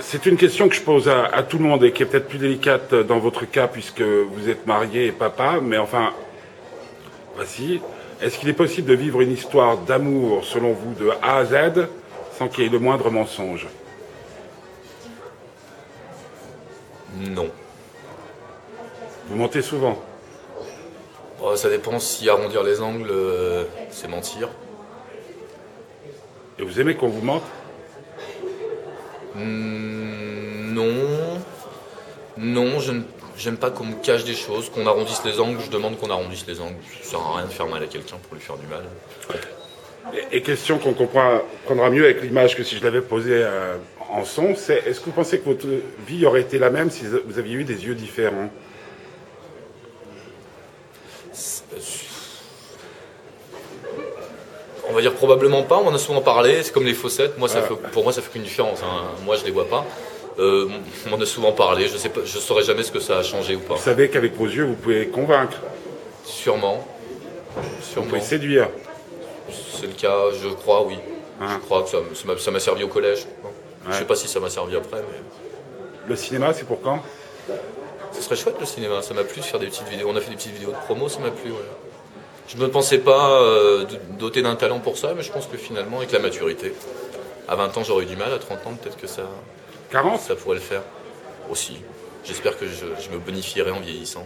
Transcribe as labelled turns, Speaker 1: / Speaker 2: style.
Speaker 1: c'est une question que je pose à, à tout le monde et qui est peut-être plus délicate dans votre cas puisque vous êtes marié et papa, mais enfin, voici. Est-ce qu'il est possible de vivre une histoire d'amour, selon vous, de A à Z, sans qu'il y ait le moindre mensonge
Speaker 2: Non.
Speaker 1: Vous mentez souvent
Speaker 2: Oh, ça dépend si arrondir les angles, euh, c'est mentir.
Speaker 1: Et vous aimez qu'on vous mente
Speaker 2: Hmm, non. Non, je ne- j'aime pas qu'on me cache des choses, qu'on arrondisse les angles. Je demande qu'on arrondisse les angles. Ça sert à rien de faire mal à quelqu'un pour lui faire du mal.
Speaker 1: Et, et question qu'on comprend- comprendra mieux avec l'image que si je l'avais posée euh, en son, c'est est-ce que vous pensez que votre vie aurait été la même si vous aviez eu des yeux différents
Speaker 2: Euh, On va dire probablement pas, on en a souvent parlé, c'est comme les faussettes, moi, ça
Speaker 1: Ah.
Speaker 2: fait, pour moi ça fait qu'une différence, hein. moi je les vois pas. Euh, on en a souvent parlé, je sais pas, je saurais jamais ce que ça a changé ou pas.
Speaker 1: Vous savez qu'avec vos yeux, vous pouvez convaincre,
Speaker 2: Sûrement.
Speaker 1: vous
Speaker 2: Sûrement.
Speaker 1: pouvez séduire.
Speaker 2: C'est le cas, je crois, oui.
Speaker 1: Hein.
Speaker 2: Je crois que ça ça m'a- ça m'a servi au collège. Je sais
Speaker 1: Ouais.
Speaker 2: pas si ça m'a servi après, mais
Speaker 1: Le cinéma, c'est pour quand
Speaker 2: ce serait chouette le cinéma. Ça m'a plu de faire des petites vidéos. On a fait des petites vidéos de promo, ça m'a plu. ouais. Je ne pensais pas euh, d- doté d'un talent pour ça, mais je pense que finalement, avec la maturité, à 20 ans j'aurais eu du mal, à 30 ans peut-être que ça,
Speaker 1: 40
Speaker 2: ça pourrait le faire aussi. J'espère que je, je me bonifierai en vieillissant.